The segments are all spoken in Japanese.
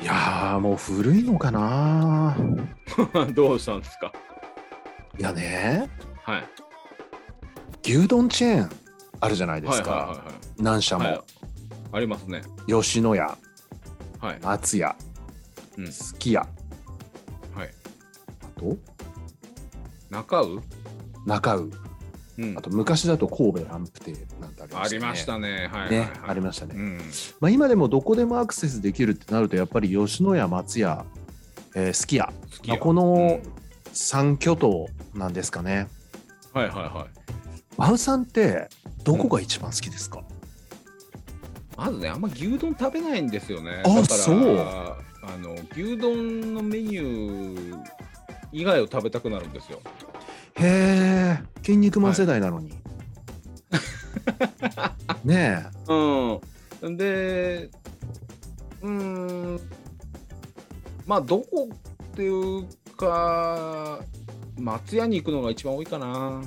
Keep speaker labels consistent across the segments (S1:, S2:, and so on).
S1: いやーもう古いのかな
S2: どうしたんですか
S1: いやね
S2: はい。
S1: 牛丼チェーンあるじゃないで
S2: はい
S1: す
S2: はい
S1: か、
S2: は
S1: 何社
S2: い
S1: も、
S2: はい。はい。ありますね。
S1: 吉野家
S2: はい。
S1: 松屋
S2: うん。
S1: すき家あ
S2: はい。
S1: と
S2: 中う
S1: 中尾
S2: うん
S1: あ。と昔だと神戸ランプ亭なんてありま
S2: あ
S1: したね
S2: りましたね。はいはい
S1: ね、
S2: はい。
S1: ありましたね、
S2: うん。
S1: まあ、今でもどこでもアクセスできるってなるとやっぱり吉野家松屋えーすき家
S2: 好き
S1: まあ
S2: や。
S1: こ
S2: うんは
S1: の
S2: い
S1: 三巨頭なんですかね
S2: はいはい。
S1: バウさんってどこが一番好きですか、
S2: まずね、あんま牛丼食べないんですよね。
S1: あ
S2: だから
S1: そう
S2: あの牛丼のメニュー以外を食べたくなるんですよ。
S1: へえ筋肉マン世代なのに、 ねえ
S2: うん。で、うーん、まあ、どこっていうか、松屋に行くのが一番多いかな。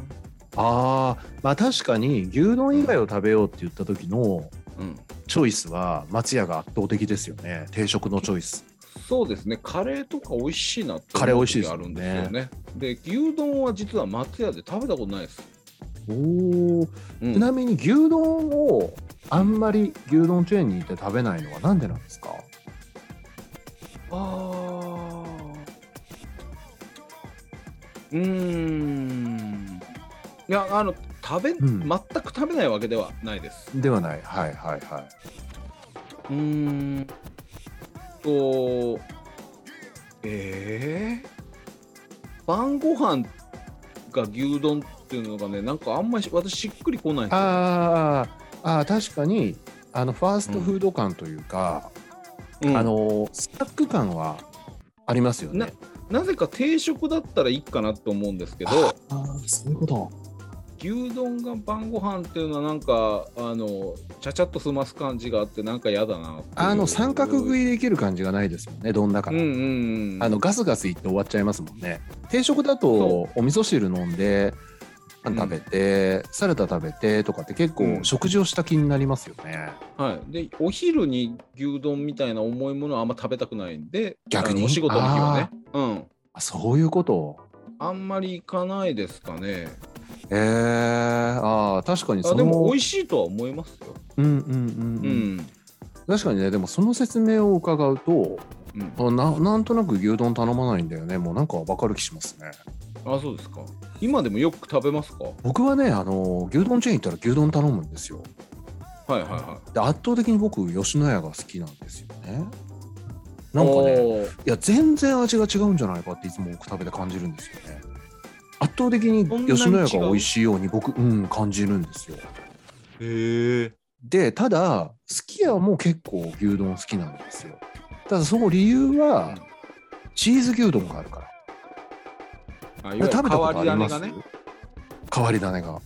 S1: あーまあ確かに牛丼以外を食べようって言った時の
S2: うん。
S1: チョイスは松屋が圧倒的ですよね定食のチョイス
S2: そうですね、カレーとか美味しいなって
S1: カレー美
S2: 思う
S1: 味しいで
S2: 時
S1: す
S2: あ
S1: よね
S2: るんですよね。で、牛丼は実は松屋で食べたことないです。
S1: おお、
S2: うん
S1: ちなみに牛丼をあんまり牛丼チェーンに行って食べないのはなんでなんですか
S2: あーうーんいやあの食べ、
S1: ん
S2: 全く食べないわけではないです
S1: ではないはいはいは
S2: うーんとえー、晩ご飯が牛丼っていうのがねなんかあんまり私しっくりこな
S1: い
S2: いんですよ
S1: あーあー確かにあのファーストフード感というか、
S2: うん
S1: あのスナック感はありますよね
S2: ななぜか定食だったらいいかなと思うんですけど
S1: ああそういうこと
S2: 牛丼が晩ご飯っていうのはなんかあのちゃちゃっと済ます感じがあってなんか嫌だなっていう
S1: あの三角食いできる感じがないですもんねどんだか
S2: うん
S1: ら、
S2: うんうん
S1: あのガスガスいって終わっちゃいますもんね定食だと
S2: そ
S1: お味噌汁飲んでパン食べて、サラダ食べてとかって結
S2: う
S1: 構
S2: ん
S1: 食事をした気になりますよね、
S2: はいでお昼に牛丼みたいな重いものはあんま食べたくないんで
S1: 逆に
S2: あのお仕事の日はねうん
S1: あそういうこと
S2: あんまり行かないですかね
S1: えー、あー確かにそ
S2: あ
S1: の
S2: でも美味しいとは思いますよ
S1: うんうんうん
S2: う
S1: うん、
S2: ん
S1: 確かにねでもその説明を伺うと
S2: うん、
S1: あななんとなく牛丼頼まないんだよねもうなんか分かる気しますね
S2: あそうですか今でもよく食べますかは
S1: 僕はねあの牛丼チェーン行ったら牛丼頼むんですよ
S2: いはいはい
S1: で圧倒的に僕吉野家が好きなんですよねなんかね
S2: おー
S1: いや全然味が違うんじゃないかっていつも僕食べて感じるんですよね圧倒的に
S2: そんなに違
S1: 吉野
S2: う
S1: 家が美味しいように僕うん感じるんですよ
S2: へえ
S1: でただすき家も結構牛丼好きなんですよただその理由はチーズ牛丼があるから
S2: 食
S1: いや
S2: べた
S1: 食べた
S2: 変
S1: こ
S2: わ
S1: と
S2: り
S1: あり
S2: 種
S1: ます
S2: がね
S1: 変わり種が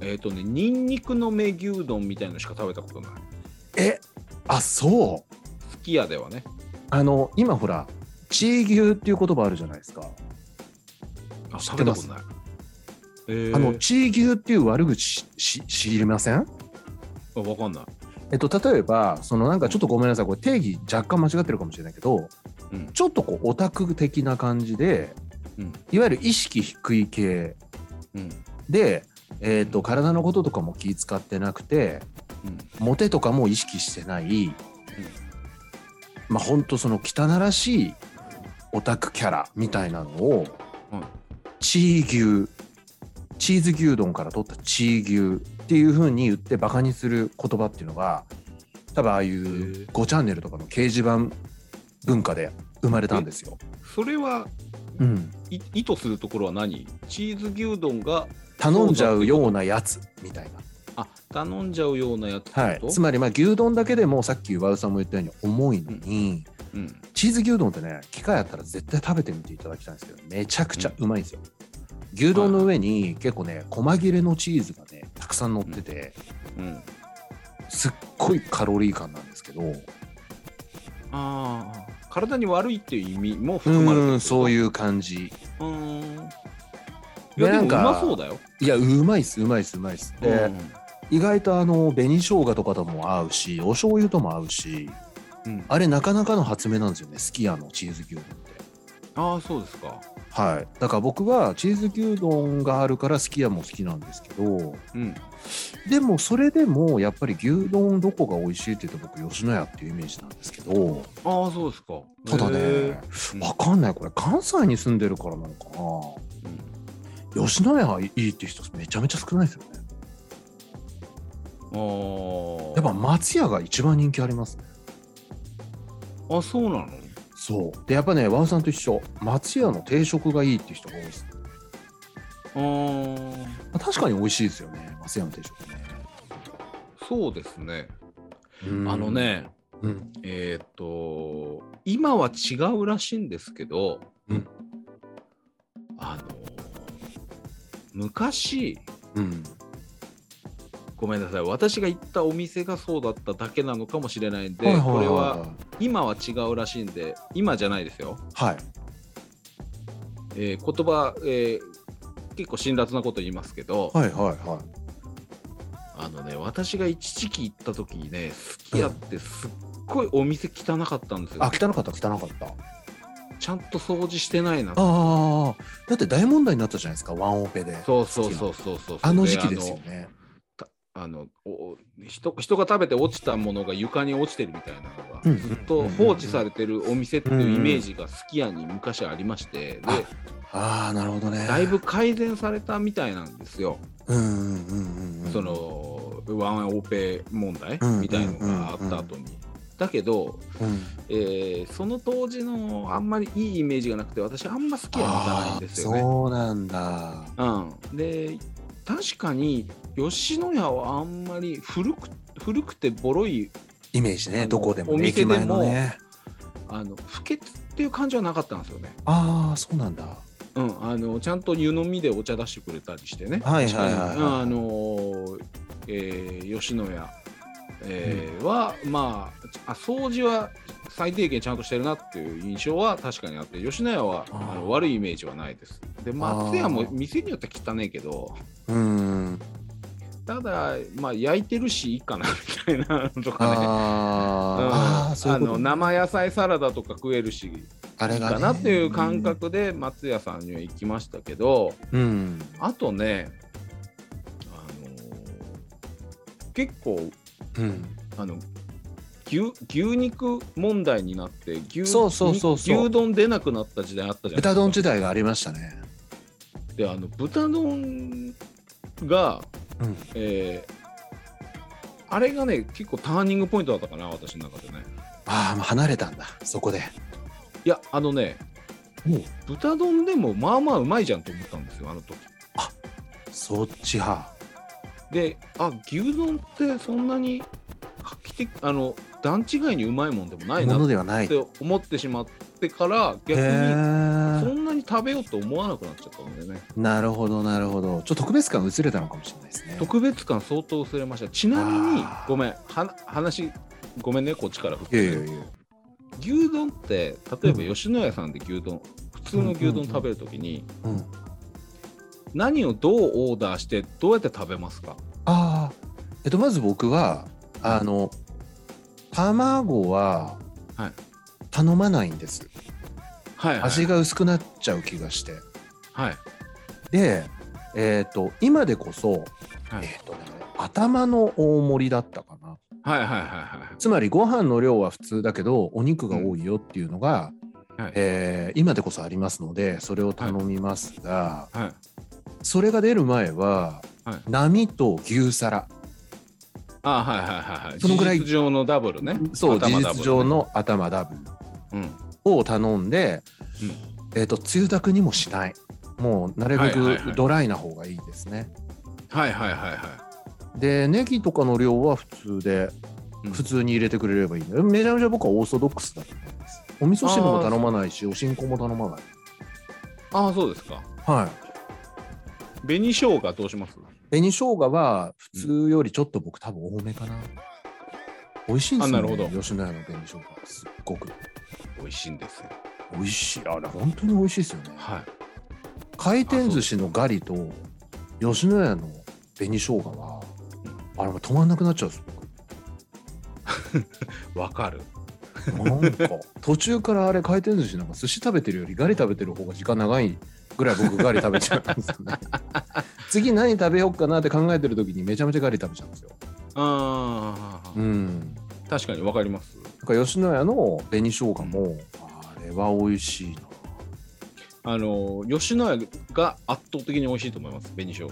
S2: えっ、とね、ニンニクの芽牛丼みたいのしか食べたことない。
S1: えあそう
S2: すき家ではね。
S1: あの今ほらチー牛っていう言葉あるじゃないですか
S2: あ、
S1: 知っ
S2: 食
S1: て
S2: べた
S1: ま
S2: こ
S1: す
S2: とない。えー、
S1: あの、チー牛っていう悪口しし知りません
S2: あわかんない。
S1: えっと、例えば、そのなんかちょっとごめんなさい、これ定義若干間違ってるかもしれないけど、
S2: うん
S1: ちょっとこうオタク的な感じで、
S2: うん
S1: いわゆる意識低い系
S2: うん。
S1: で、えっと、体のこととかも気使ってなくて、
S2: うん。
S1: モテとかも意識してない、まあ、ほんとその汚らしいオタクキャラみたいなのを、
S2: うん
S1: チー牛チーズ牛丼から取ったチー牛っていう風に言ってバカにする言葉っていうのが多分ああい
S2: へえ
S1: う5チャンネルとかの掲示板文化で生まれたんですよ。
S2: それは、
S1: うん、
S2: い意図するところは何チーズ牛丼が、
S1: 頼んじゃうようなやつみたいな。
S2: あ、頼んじゃうようなやつって
S1: はい
S2: こ、と、
S1: つまりまあ牛丼だけでもさっきワウさんも言ったように重いのに。
S2: うん。
S1: チーズ牛丼ってね機会あったら絶対食べてみていただきたいんですけどめちゃくちゃうまいんですよ、牛丼の上に結構ね細切れのチーズがねたくさん乗ってて、
S2: うん。
S1: すっごいカロリー感なんですけど
S2: ああ。体に悪いっていう意味も含まれて
S1: う
S2: る。
S1: んそういうう感じ
S2: うーん。い
S1: で
S2: や、で
S1: な
S2: も
S1: ん
S2: う
S1: か
S2: まそうだよ。
S1: いやうまいっすうまいっすうまいっすで、
S2: うん
S1: 意外とあの紅生姜とかとも合うしお醤油とも合うし
S2: うん、あ
S1: あれなかなかの発明なんですよねすき家のチーズ牛丼って
S2: あーそうですか
S1: はいだから僕はチーズ牛丼があるからすき家も好きなんですけど
S2: うん
S1: でもそれでもやっぱり牛丼どこが美味しいって言うと僕吉野家っていうイメージなんですけど
S2: ああそうですか
S1: ただ
S2: へ
S1: ね
S2: ー
S1: わかんないこれ関西に住んでるからなのかな吉野家いいって人めちゃめちゃ少ないですよね
S2: うん、あ
S1: やっぱ
S2: あ
S1: 松屋が一番人気ありますね
S2: あそうなの
S1: そうでやっぱねワンさんと一緒松屋の定食がいいって人が多いです
S2: あー
S1: まあ確かに美味しいですよね松屋の定食ね
S2: そうですね、
S1: うん
S2: あのね
S1: うん
S2: えっ、と今は違うらしいんですけど、
S1: うん
S2: あの昔
S1: うん
S2: ごめんなさい私が行ったお店がそうだっただけなのかもしれないんで、
S1: はいはい
S2: これ
S1: はい
S2: は今は違うらしいんで今じゃないですよ、
S1: はい
S2: えー言葉、えー結構辛辣なこと言いますけど、
S1: はいはいはい
S2: あのね私が一時期行った時にねすき家ってすっごいお店汚かったんですよ、
S1: あ汚かった汚かった
S2: ちゃんと掃除してないな
S1: ああだって大問題になったじゃないですかワンオペで
S2: そうそうそうそうそう
S1: あの時期ですよね
S2: あのお人人が食べて落ちたものが床に落ちてるみたいなのが、
S1: うん
S2: ずっと放置されてるお店っていうイメージがすき家に昔ありまして、
S1: うんうん
S2: で
S1: ああなるほどね
S2: だいぶ改善されたみたいなんですよ、
S1: うんうんうんうん
S2: そのワンオペ問題
S1: うん
S2: みたいのがあった後に。だけど、
S1: うん
S2: えーその当時のあんまりいいイメージがなくて私あんま好きは行かないん
S1: ああ
S2: ですよね。
S1: そうなんだ
S2: うん、で確かに吉野家はあんまり古く古くてボロい
S1: イメージ
S2: あ
S1: ね
S2: の
S1: どこでも
S2: お
S1: ね
S2: 店で
S1: 駅前
S2: も
S1: のね
S2: あの不潔っていう感じはなかったんですよね。
S1: ああそうなんだ
S2: うん、あのちゃんと湯飲みでお茶出してくれたりしてね。
S1: はいはいはいはい
S2: うんあのーえー吉野家、えーはまああ掃除は最低限ちゃんとしてるなっていう印象は確かにあって吉野家は
S1: あ
S2: あ
S1: ー
S2: の悪いイメージはないです。で松屋
S1: あ
S2: も
S1: ー
S2: 店によって汚いけど
S1: うん
S2: ただまあ焼いてるしいいかなみたいなのとかね。うん
S1: あーあーそうい
S2: あ
S1: うこと
S2: の生野菜サラダとか食えるし
S1: あ
S2: いい
S1: れがね
S2: かなっていう感覚で松屋さんには行きましたけど、
S1: うん
S2: あとね、あのー結構
S1: うん
S2: あの牛牛肉問題になって牛
S1: そうそうそうそう
S2: 牛丼出なくなった時代あったじゃない
S1: 豚丼時
S2: か
S1: 代がありましたね
S2: であの豚丼が、
S1: うん
S2: えーあれがね結構ターニングポイントだったかな私の中でね
S1: ああもう離れたんだそこで
S2: いやあのね
S1: もう
S2: 豚丼でもまあまあうまいじゃんと思ったんですよあの時
S1: そっち派
S2: であ牛丼ってそんなに画期的あの段違いにうまいもんでもないな
S1: も
S2: っ
S1: のではない
S2: って思ってしまってから逆にそ
S1: へえ
S2: んなに食べようと思わなくなっちゃったんでね
S1: なるほどなるほどちょっと特別感薄れたのかもしれないですね
S2: 特別感相当薄れましたちなみに
S1: あー
S2: ごめんは話ごめんねこっちから振っ
S1: い
S2: て
S1: やいやいや
S2: 牛丼って例えば
S1: う
S2: 吉野家さんで牛丼普通の牛丼食べるときに
S1: うん
S2: 何をどうオーダーしてどうやって食べますか
S1: ああえっとまず僕はあの卵は
S2: はい
S1: 頼まないんです、
S2: はいはい
S1: 味が薄くなっちゃう気がして
S2: はい
S1: でえっ、と今でこそ、
S2: はい
S1: えっ、とね頭の大盛りだったかな
S2: はいはいはいは
S1: つまりご飯の量は普通だけどお肉が多いよっていうのが、
S2: いはい
S1: えー今でこそありますのでそれを頼みますが、
S2: はい
S1: それが出る前は、
S2: は
S1: 並と牛皿
S2: あはいはいはいはい
S1: そのぐらい
S2: 事実上のダブルね
S1: そう、
S2: 頭
S1: 事
S2: ダブルね
S1: 実上の頭ダブル
S2: うん
S1: を頼んで、えっとつゆだくにもしないもうなるべ
S2: はいはいはい
S1: くドライな方がいいですね、
S2: はいはいはいはい
S1: でネギとかの量は普通で
S2: うん
S1: 普通に入れてくれればいいんだよめちゃめちゃ僕はオーソドックスだと思いますお味噌汁も頼まないしお新香も頼まない
S2: ああそうですか
S1: はい
S2: 紅生姜どうします
S1: 紅生姜は普通よりちょっと僕多分多めかな、美味しいんです
S2: あ
S1: よ、
S2: な
S1: ね、
S2: るほど
S1: 吉野家の紅生姜すっごく
S2: 美味しいんですよ
S1: 美味しいあれ本当に美味しいですよね
S2: はい
S1: 回転寿司のガリと吉野家の紅生姜はあれ止まんなくなっちゃうんですよ
S2: わかる。
S1: なんか 途中からあれ回転寿司なんか寿司食べてるよりガリ食べてる方が時間長いぐらい僕ガリ食べちゃうんですよ ね次何食べようかなって考えてる時にめちゃめちゃガリ食べちゃうんですよ
S2: ああ、
S1: うん
S2: 確かにわかります。
S1: だから吉野家の紅生姜もあれは美味しいな
S2: あの吉野家が圧倒的に美味しいと思います。紅生姜。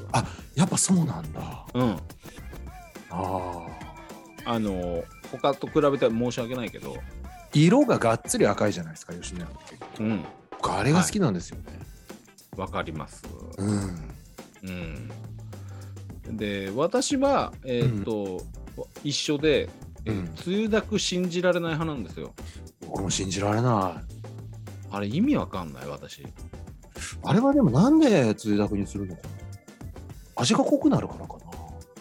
S1: やっぱそうなんだあ
S2: うん。
S1: あ
S2: あの他と比べたら申し訳ないけど、
S1: 色ががっつり赤いじゃないですか吉野家って結構
S2: うん、
S1: 僕あれが好きなんですよね、
S2: わかります。
S1: うん
S2: うん。で私はえーっと、一緒で、えー
S1: うん
S2: 梅雨だく信じられない派なんですよ。
S1: 僕も信じられない
S2: あれ意味わかんない私。
S1: あれはでもなんでつゆだくにするのかな味が濃くなるからかな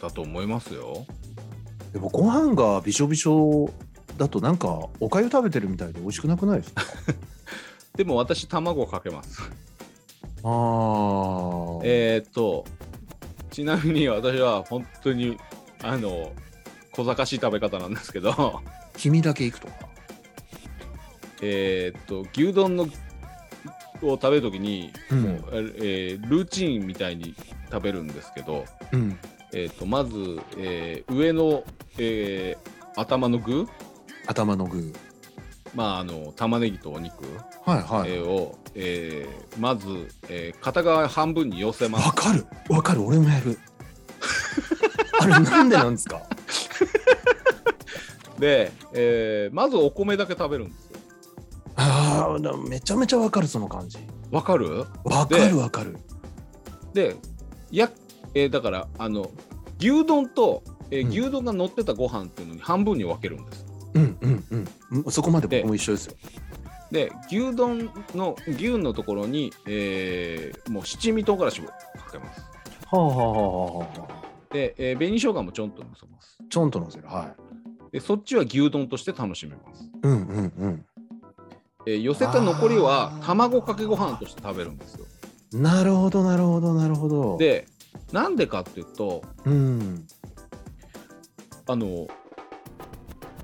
S2: だと思いますよ。
S1: でもご飯がびしょびしょだとなんかおかゆ食べてるみたいで美味しくなくないですか
S2: でも私卵かけます。
S1: あー
S2: えーっとちなみに私は本当にあの小賢しい食べ方なんですけど
S1: 黄身だけいくとか
S2: えーっと牛丼のを食べるときに、
S1: うん
S2: もうえールーチンみたいに食べるんですけど、
S1: うん
S2: えーっとまず、えー上の、えー頭の具
S1: 頭の具
S2: まああの玉ねぎとお肉、
S1: はいは
S2: えーを、えーまず、えー片側半分に寄せま
S1: わ
S2: す。
S1: かるわかる俺もや るあれなんでなんですか
S2: で、えーまずお米だけ食べるんですよ。
S1: ああめちゃめちゃわかるその感じ
S2: わかる
S1: わかるわかる
S2: でや、えーだからあの牛丼と、えー
S1: うん
S2: 牛丼が乗ってたご飯っていうのに半分に分けるんです。
S1: うんうんうんそこまで僕も一緒ですよ
S2: で牛丼の牛のところに、えーもう七味唐辛子をかけます。
S1: はあはあはあはあはあ
S2: で、えー紅生姜もちょんとのせます。
S1: ちょんとのせるはい
S2: でそっちは牛丼として楽しめます。
S1: うんうんうん
S2: えー寄せた残りは
S1: あー
S2: 卵かけご飯として食べるんですよ。
S1: なるほどなるほどなるほど、
S2: でなんでかっていうと
S1: うん、
S2: あの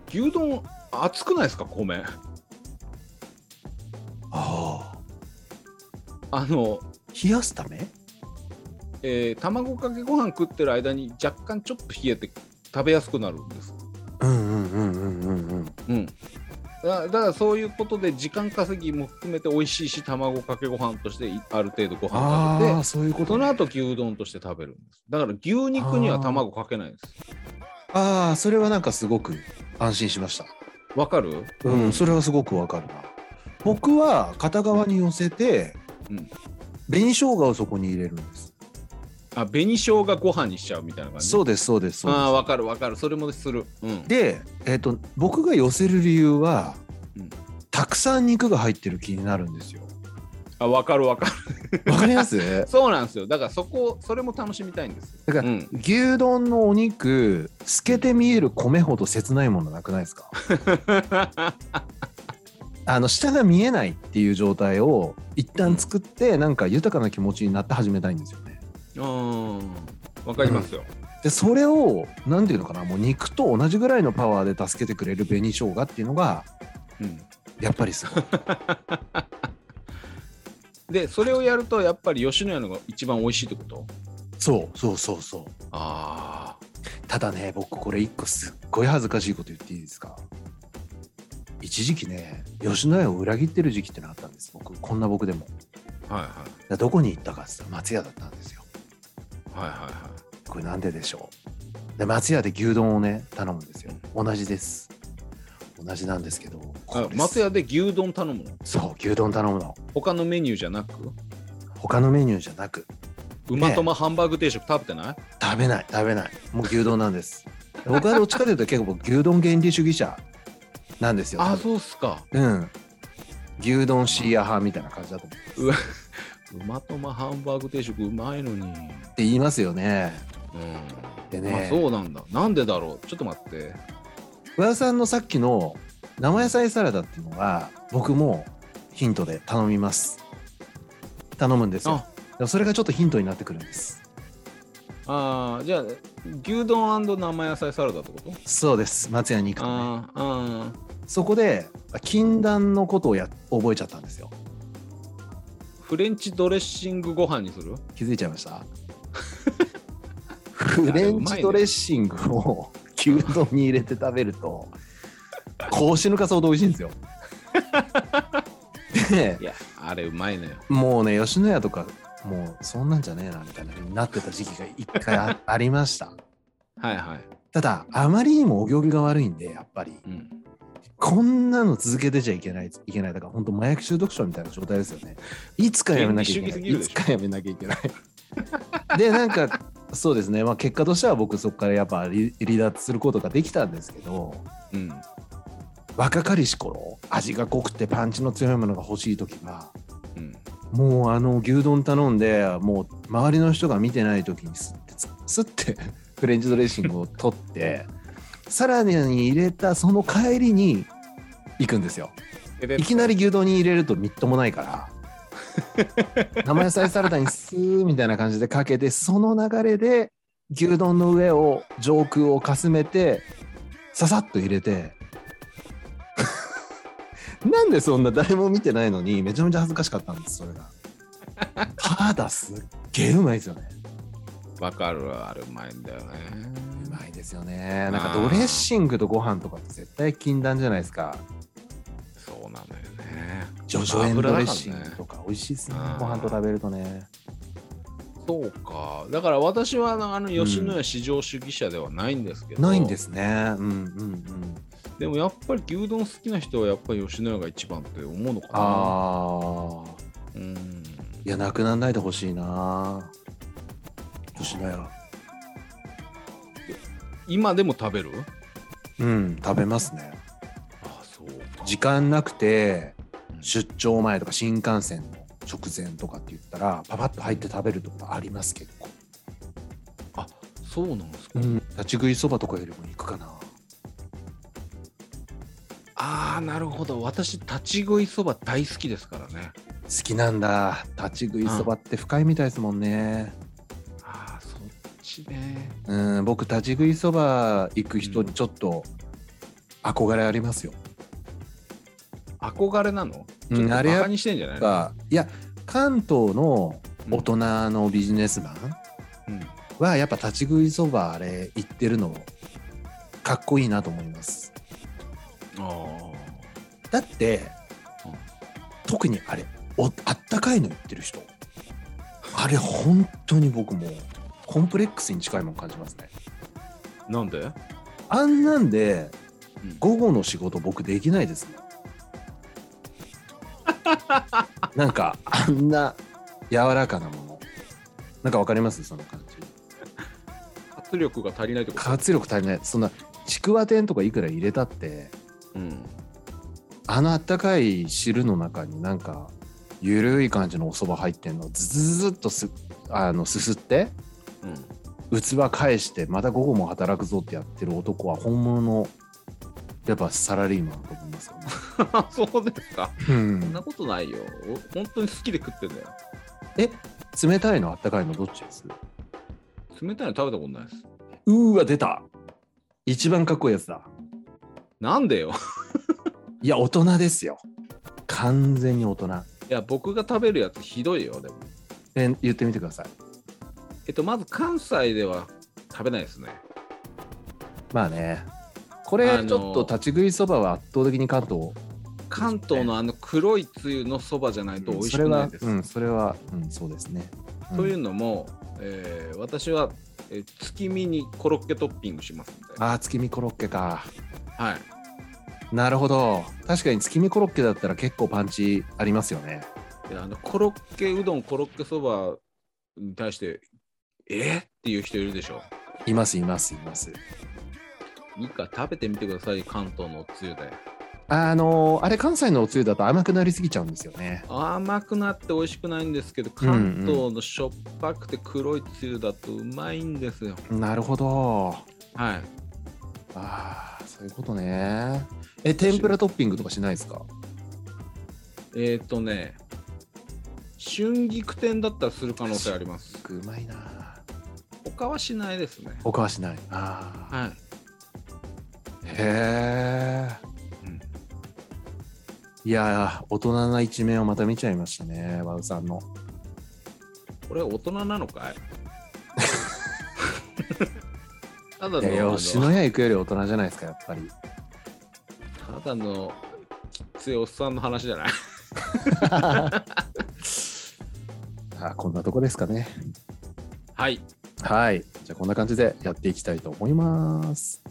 S2: 牛丼熱くないですか米。
S1: ああ
S2: あの
S1: 冷やすため
S2: えー卵かけご飯食ってる間に若干ちょっと冷えて食べやすくなるんです。
S1: うんうんうんうんうんうん
S2: うん、だだからそういうことで時間稼ぎも含めて美味しいし卵かけご飯としていある程度ご飯食べ
S1: あ
S2: て
S1: あそういうこと
S2: そ
S1: ね、
S2: の後牛丼として食べるんです。だから牛肉には卵かけないです。
S1: ああそれはなんかすごく安心しました
S2: わかる
S1: うん、それはすごくわかるな僕は片側に寄せて、
S2: うん
S1: 紅生姜をそこに入れるんです、
S2: あ紅生姜ご飯にしちゃうみたいな感じ。
S1: そうですそうですそうです
S2: ああわかるわかるそれもする。うん、
S1: で、えっと僕が寄せる理由は、
S2: うん
S1: たくさん肉が入ってる気になるんですよ。
S2: あわかるわかる。
S1: わかります
S2: そうなんですよ。だからそこそれも楽しみたいんですよ。
S1: だから
S2: うん、
S1: 牛丼のお肉透けて見える米ほど切ないものなくないです かあの下が見えないっていう状態を一旦作ってなんか豊かな気持ちになって始めたいんですよね。
S2: うんわかりますよ。
S1: でそれを何ていうのかなもう肉と同じぐらいのパワーで助けてくれる紅生姜っていうのが
S2: うん
S1: やっぱりす ごい
S2: でそれをやるとやっぱり吉野家のが一番美味しいってこと
S1: そうそうそうそう
S2: あ
S1: ただね僕これ一個すっごい恥ずかしいこと言っていいですか一時期ね吉野家を裏切ってる時期ってのあったんです僕こんな僕でも
S2: あはいはい
S1: だどこに行ったかって言ったら松屋だったんですよ
S2: はいはいは
S1: これなんででしょうで松屋で牛丼をね頼むんですよ同じです同じなんですけどこれ
S2: いあ松屋で牛丼頼むの
S1: そう牛丼頼むの
S2: 他のメニューじゃなく
S1: 他のメニューじゃなく
S2: うまとまハンバーグ定食食べてない、
S1: 食べない食べないもう牛丼なんです 僕はどっちかというと結構僕牛丼原理主義者なんですよ
S2: あそうっすか
S1: うん。牛丼シーア派みたいな感じだと思う。
S2: うわうまとまハンバーグ定食うまいのにうん
S1: って言いますよね。でね
S2: あそうなんだなんでだろうちょっと待って
S1: 和田さんのさっきの生野菜サラダっていうのは、僕もヒントで頼みます。頼むんですよ
S2: あ。
S1: でもそれがちょっとヒントになってくるんです。
S2: あーじゃあ牛丼生野菜サラダってこと
S1: そうです。松屋に行くとね。
S2: あーあー
S1: そこで禁断のことをや覚えちゃったんですよ
S2: フレンチドレッシングご飯にする
S1: 気づいちゃいましたフレンチドレッシングを牛丼に入れて食べるとこう死ぬかそうで美味しいん ですよで
S2: いやあれうまいのよ
S1: もうね吉野家とかもうそんなんじゃねえなみたいな風になってた時期が一回あありました
S2: はいはい、
S1: ただあまりにもお行儀が悪いんでやっぱり
S2: うん、
S1: こんなの続けてちゃいけないいけないだから本当麻薬中毒症みたいな状態ですよねいつかやめなきゃいけない
S2: 権利主義
S1: い
S2: すぎるでし
S1: つ
S2: ょ
S1: かやめなきゃいけない でなんかそうですね、まあ、結果としては僕そこからやっぱ離離脱することができたんですけど
S2: うん、
S1: 若かりし頃味が濃くてパンチの強いものが欲しい時は
S2: うん、
S1: もうあの牛丼頼んでもう周りの人が見てない時にすってすって フレンチドレッシングを取ってさらに入れたその帰りに行くんですよいきなり牛丼に入れるとみっともないから生野菜サラダにスーみたいな感じでかけてその流れで牛丼の上を上空をかすめてささっと入れて なんでそんな誰も見てないのにめちゃめちゃ恥ずかしかったんですそれがただすっげえうまいですよね
S2: わかるわあれうまいんだよね
S1: うまいですよねなんかドレッシングとご飯とかって絶対禁断じゃないですか
S2: そうなのよね
S1: ジョジョエンドレッシングとか美味しいですねご飯と食べるとね
S2: そうかだから私はあのあの吉野家至上主義者ではないんですけど、
S1: ないんですね。うんうんうん。
S2: でもやっぱり牛丼好きな人はやっぱり吉野家が一番って思うのか
S1: あ
S2: な
S1: あ。
S2: うん
S1: いや、なくならないでほしいな。吉野家。
S2: 今でも食べる
S1: うん、食べますね。
S2: あそうか
S1: 時間なくて、
S2: うん
S1: 出張前とか新幹線の直前とかって言ったら、パパッと入って食べるってことあります、結構。
S2: あそうなんです
S1: う
S2: か、
S1: ん。立ち食いそばとかよりも行くかな。
S2: ああなるほど私立ち食いそば大好きですからね
S1: 好きなんだ。立ち食いそばって深いみたいですもんね。
S2: ああそっちね
S1: うん、僕、立ち食いそば行く人にちょっと憧れありますよ。
S2: 憧れなの
S1: うん
S2: ちょっと
S1: あれやっ
S2: バカにしてんじゃないの
S1: がいや関東の大人のビジネスマン
S2: うん
S1: はやっぱ立ち食いそばあれ行ってるのかっこいいなと思います
S2: あ
S1: だって、
S2: うん
S1: 特にあれおあったかいの言ってる人あれ本当に僕もうコンプレックスに近いもん感じますね
S2: あなんで
S1: あんなんで
S2: うん
S1: 午後の仕事僕できないです もんなんかあんな柔らかなものなんかわかりますその感じ
S2: 圧力が足りないとか、
S1: 活力足りないそんなちくわ天とかいくら入れたって
S2: うん、
S1: あのあったかい汁の中になんかゆるい感じのお蕎麦入ってんのをズズズズっとすあのすすって
S2: うん、
S1: 器返してまた午後も働くぞってやってる男は本物のやっぱサラリーマンだと思いますよね、
S2: そうですか
S1: うん
S2: そ んなことないよお本当に好きで食ってんだよ
S1: 冷たいのあったかいのどっちです
S2: 冷たいの食べたことないです
S1: うーわ出た一番かっこいいやつだ
S2: なんでよ
S1: いや大人ですよ完全に大人
S2: いや僕が食べるやつひどいよでも
S1: え言ってみてください
S2: えっとまず関西では食べないですね
S1: まあねこ
S2: あ
S1: れ
S2: のー
S1: ちょっと立ち食いそばは圧倒的に関東
S2: 関東のあの黒いつゆのそばじゃないと美味し
S1: そ
S2: く
S1: れ
S2: ない
S1: は
S2: です、
S1: うんそれはうんそうですねうん
S2: というのも、えー私は、えー月見にコロッケトッピングしますんで
S1: あー月見コロッケか
S2: はい
S1: なるほど確かに月見コロッケだったら結構パンチありますよね
S2: であのコロッケうどんコロッケそばに対してえーっていう人いるでしょ
S1: いますいますいます
S2: いいから食べてみてください関東のおつゆで
S1: あのーあれ関西のおつゆだと甘くなりすぎちゃうんですよね
S2: 甘くなって美味しくないんですけど関東のしょっぱくて黒いつゆだとうまいんですよ、
S1: なるほど
S2: はい
S1: ああそういうことねえ天ぷらトッピングとかしないですか
S2: えっ、ー、とね春菊店だったらする可能性あります
S1: うまいな
S2: 他はしないですね
S1: 他はしないああ
S2: はい、
S1: へえ
S2: うん
S1: いやー大人な一面をまた見ちゃいましたね和ウさんの
S2: これ大人なの かいただ
S1: いやい
S2: の
S1: や吉野家行くより大人じゃないですかやっぱり
S2: あのただのきついおっさんの話じゃない
S1: あこんなとこですかね
S2: はい
S1: はいじゃあこんな感じでやっていきたいと思います